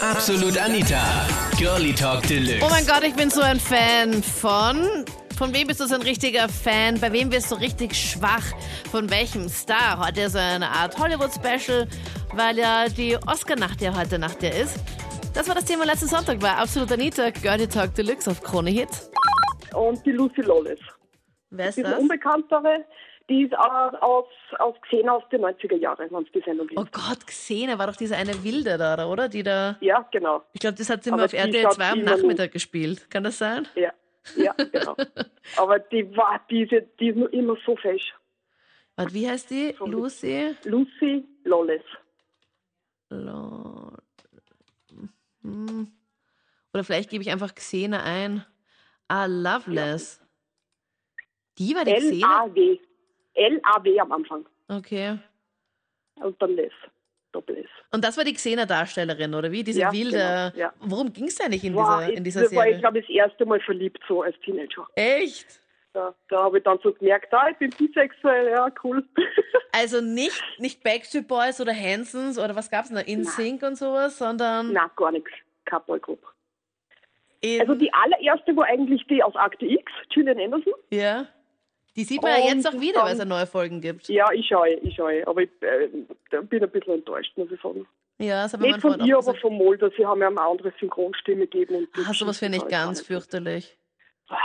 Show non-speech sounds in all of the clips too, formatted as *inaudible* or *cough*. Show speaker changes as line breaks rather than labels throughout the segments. Absolut Anita. Girlie Talk Deluxe.
Oh mein Gott, ich bin so ein Fan von. Von wem bist du so ein richtiger Fan? Bei wem wirst du richtig schwach? Von welchem Star? Heute ist eine Art Hollywood-Special, weil ja die Oscar-Nacht ja heute Nacht ja ist. Das war das Thema letzten Sonntag bei Absolut Anita, Girlie Talk Deluxe auf Krone Hit.
und die Lucy Lawless.
Wer ist
Die ist eine
das?
unbekanntere, die ist auch aus, aus Xena aus den 90er Jahren, wenn es die Sendung gibt.
Oh Gott, Xena war doch diese eine Wilde da, oder? Die da.
Ja, genau.
Ich glaube, das hat sie immer
Aber
auf
die
RTL
schaut
2 am
immer nur.
Nachmittag gespielt. Kann das sein?
Ja, ja
*laughs*
genau. Aber die war diese, die ist nur immer so fesch.
Warte, wie heißt die?
So.
Lucy?
Lucy Lawless.
Lol. Hm. Oder vielleicht gebe ich einfach Xena ein. Ah, Loveless. Die war die Xena?
L-A-W. L-A-W am Anfang.
Okay.
Und dann Les. Doppel S.
Und das war die Xena-Darstellerin, oder wie? Diese
Ja,
wilde.
genau, ja.
Worum ging es eigentlich in
Wow,
dieser, in dieser
ich, war ich
Serie?
glaube ich das erste Mal verliebt so als Teenager.
Echt?
Da, da habe ich dann so gemerkt, ah, ich bin bisexuell, ja cool. *laughs*
Also nicht, nicht Backstreet Boys oder Hansons oder was gab's denn da? In Sync und sowas, sondern
Nein, gar nichts. Keine Boygroup.
in.
Also die allererste war eigentlich die aus Akte X, Julian Anderson.
ja. Die sieht man ja
Und
jetzt auch wieder, weil es ja
dann-
neue Folgen gibt. Ja,
Ja, ich schaue, ich schaue. Aber ich äh, bin ein bisschen enttäuscht, muss ich sagen.
das hat mir mein
Nicht von
Freund auch
ihr, aber
gesagt.
vom Mulder. Sie haben ja eine andere Synchronstimme gegeben. Und
Ah, sowas finde ich ganz
für.
fürchterlich.
Ah,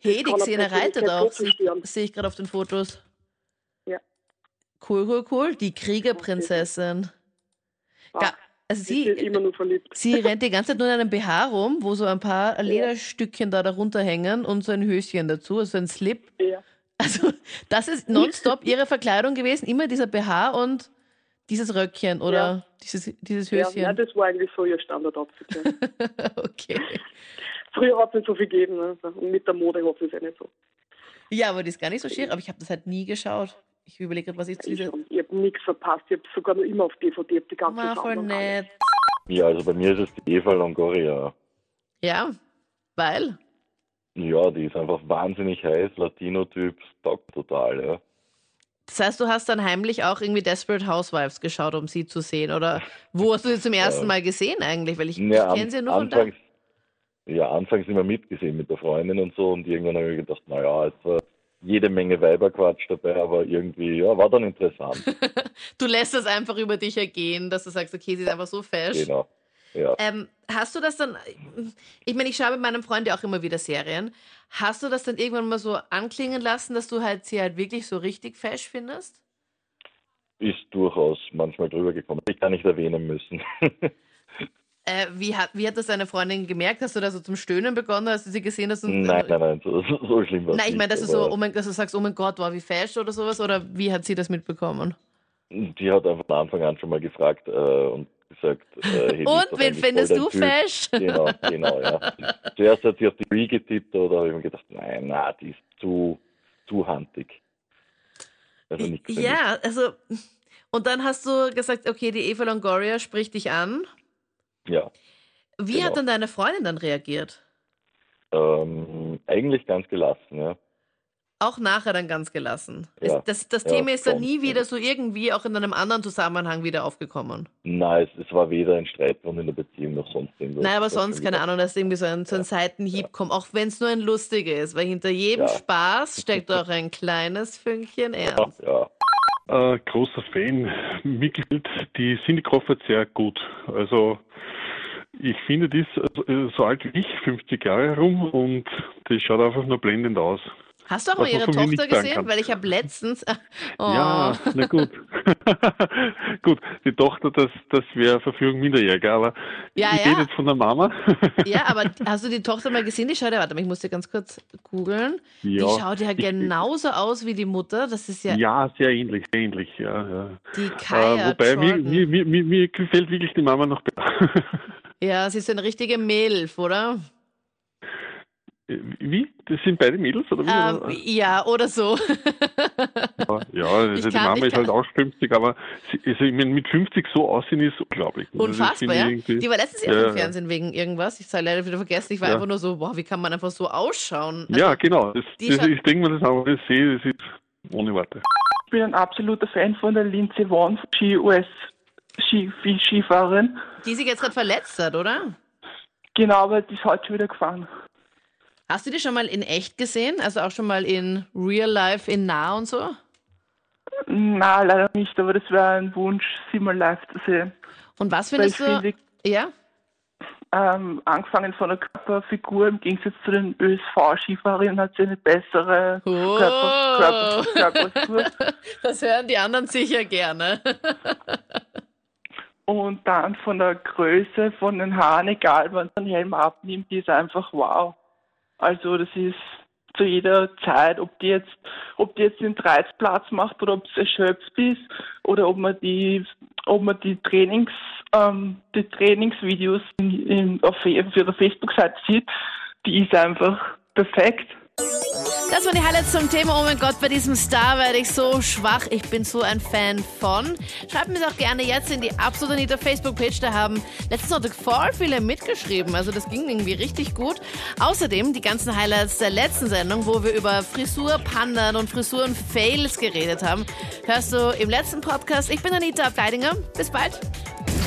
Hey, die Xena reitet auch, sehe ich- sehe ich gerade auf den Fotos.
Ja.
Cool, cool, cool. Die Kriegerprinzessin.
Ah.
Ja, also
Sie ist
sie,
immer nur verliebt.
sie rennt die ganze Zeit nur in einem BH rum, wo so ein paar Lederstückchen da darunter hängen und so ein Höschen dazu, also ein Slip. *laughs*
Ja.
Also das
*laughs*
ist nonstop ihre Verkleidung gewesen, immer dieser BH und dieses Röckchen oder
Ja.
dieses, dieses
Ja,
Höschen.
nein, das war eigentlich so ihr Standardoutfit. Ja.
*laughs* okay.
Früher hat es nicht so viel gegeben. Ne? Und mit der Mode hoffe ich es auch nicht so.
Ja, aber die ist gar nicht so schier, aber ich habe das halt nie geschaut. Ich überlege gerade, was ich zu
Ich,
dieser...
ich habe nichts verpasst. Ich habe sogar noch immer auf DVD. Ich hab die ganze
War voll
Sammlung alle.
nett.
Ja, also bei mir ist es die Eva Longoria.
Ja, weil...
Ja, die ist einfach wahnsinnig heiß, Latino-Typ, stock total, ja.
Das heißt, du hast dann heimlich auch irgendwie Desperate Housewives geschaut, um sie zu sehen? Oder wo hast du sie zum ersten
Ja.
Mal gesehen eigentlich? Weil ich,
Ja,
ich kenne sie nur von da.
Ne, anfangs, ja, anfangs immer mitgesehen mit der Freundin und so und irgendwann habe ich gedacht, naja, es war jede Menge Weiberquatsch dabei, aber irgendwie, ja, war dann interessant.
*laughs* Du lässt das einfach über dich ergehen, dass du sagst, okay, sie ist einfach so fesch.
genau. Ja.
Ähm, hast du das dann, ich meine, ich schaue mit meinem Freund ja auch immer wieder Serien. Hast du das dann irgendwann mal so anklingen lassen, dass du halt sie halt wirklich so richtig fesch findest?
Ist durchaus manchmal drüber gekommen. Ich kann nicht erwähnen müssen. *laughs*
Hm. Äh, wie, hat, wie hat das deine Freundin gemerkt? Hast du da so zum Stöhnen begonnen, als du sie gesehen hast? Und,
nein, nein, nein, so, so schlimm war es
Nein, ich meine, dass du
nicht,
so,
aber
oh mein, dass du sagst, oh mein Gott, war wie fesch oder sowas, oder wie hat sie das mitbekommen?
Die hat einfach von Anfang an schon mal gefragt äh, und gesagt, äh, hey, die ist doch
Und wen
eigentlich voll
findest
dein
du
Typ.
fesch?
Genau, genau, ja. Zuerst hat sie auf die Ree getippt, aber da habe ich mir gedacht, nein, na, die ist zu, zu handig. Also nichts. für mich.
Ja, also und dann hast du gesagt, okay, die Eva Longoria spricht dich an.
ja.
Wie
Genau.
hat dann deine Freundin dann reagiert?
Ähm, eigentlich ganz gelassen, ja.
Auch nachher dann ganz gelassen.
Ja,
Ist- das das
ja,
Thema ist dann
schon.
nie wieder so irgendwie auch in einem anderen Zusammenhang wieder aufgekommen.
Nein, es, es war weder ein Streitgrund in der Beziehung noch sonst irgendwas.
Nein, aber
Das war
sonst,
schon
keine
wieder-
Ahnung, dass irgendwie so ein, so ein Seitenhieb kommt, auch wenn es nur ein lustiger ist, weil hinter jedem
Ja. *laughs*
Spaß steckt auch ein kleines Fünkchen Ernst.
Ja,
Äh, großer Fan. Mir gefällt die Cindy Crawford sehr gut. Also ich finde, die ist äh, so alt wie ich, 50 Jahre herum und die schaut einfach nur blendend aus.
Hast du auch mal
Was man
ihre
von mir
Tochter
nicht sagen
gesehen?
kann.
Weil ich habe letztens. Oh.
*laughs* Ja, na gut. *laughs* gut, die Tochter, das, das wäre Verführung Minderjähriger, aber
Ja,
ich
ja.
*laughs* rede jetzt von der Mama. *laughs*
Ja, aber hast du die Tochter mal gesehen? Die schaut ja, warte mal, ich muss dir ganz kurz googeln. Die
Ja.
schaut
*laughs*
ja
Ich-
genauso aus wie die Mutter. Das ist ja,
ja, sehr ähnlich, sehr ähnlich, ja. ja.
die Kaya.
äh, wobei mir,
Jordan.
mir, mir, mir, mir gefällt wirklich die Mama noch besser. *laughs*
Ja, sie ist so eine richtige Milf, oder?
wie? Das sind beide Mädels oder wie?
Ähm, ja, oder so.
Ja, also
Ich
die
kann-
Mama
ich
ist halt
kann-
auch 50, aber sie, also ich meine, mit 50 so aussehen ist unglaublich. Also das
Unfassbar,
finde
ja.
ich irgendwie-
Die war letztens ja
Ja,
auch
ja.
im Fernsehen wegen irgendwas. Ich habe leider wieder vergessen. Ich war
Ja.
einfach nur so, boah, wie kann man einfach so ausschauen? Also,
ja, genau. Das,
die
das,
schaut-
ich denke mir das auch, wenn ich sehe, das ist ohne Worte.
Ich bin ein absoluter Fan von der Lindsay Vaughn. Sie als Ski, viel Skifahren.
Die sich jetzt gerade verletzt hat, oder?
Genau, aber die ist heute schon wieder gefahren.
Hast du die schon mal in echt gesehen? Also auch schon mal in Real Life, in nah und so?
Na, leider nicht, aber das wäre ein Wunsch, sie mal live zu sehen.
Und was
Weil ich
findest du?
finde,
Ja?
ähm, angefangen von der Körperfigur im Gegensatz zu den ÖSV-Skifahrerinnen hat sie eine bessere
Oh.
Körper, Körper, Körperfigur.
Das hören die anderen sicher gerne.
Und dann von der Größe, von den Haaren, egal wann man den Helm abnimmt, die ist einfach wow. Also das ist zu jeder Zeit, ob die jetzt, ob die jetzt den Dreizplatz macht oder ob es erschöpft ist oder ob man die, ob man die Trainings, ähm, die Trainingsvideos in, in, auf, Fe- auf ihrer Facebook-Seite sieht, die ist einfach perfekt.
Das waren die Highlights zum Thema. Oh mein Gott, bei diesem Star werde ich so schwach. Ich bin so ein Fan von. Schreibt mir es auch gerne jetzt in die Absolut Anita Facebook-Page. Da haben letzten Sonntag voll viele mitgeschrieben. Also das ging irgendwie richtig gut. Außerdem die ganzen Highlights der letzten Sendung, wo wir über Frisurpandern und Frisuren-Fails geredet haben, hörst du im letzten Podcast. Ich bin Anita Ableidinger. Bis bald.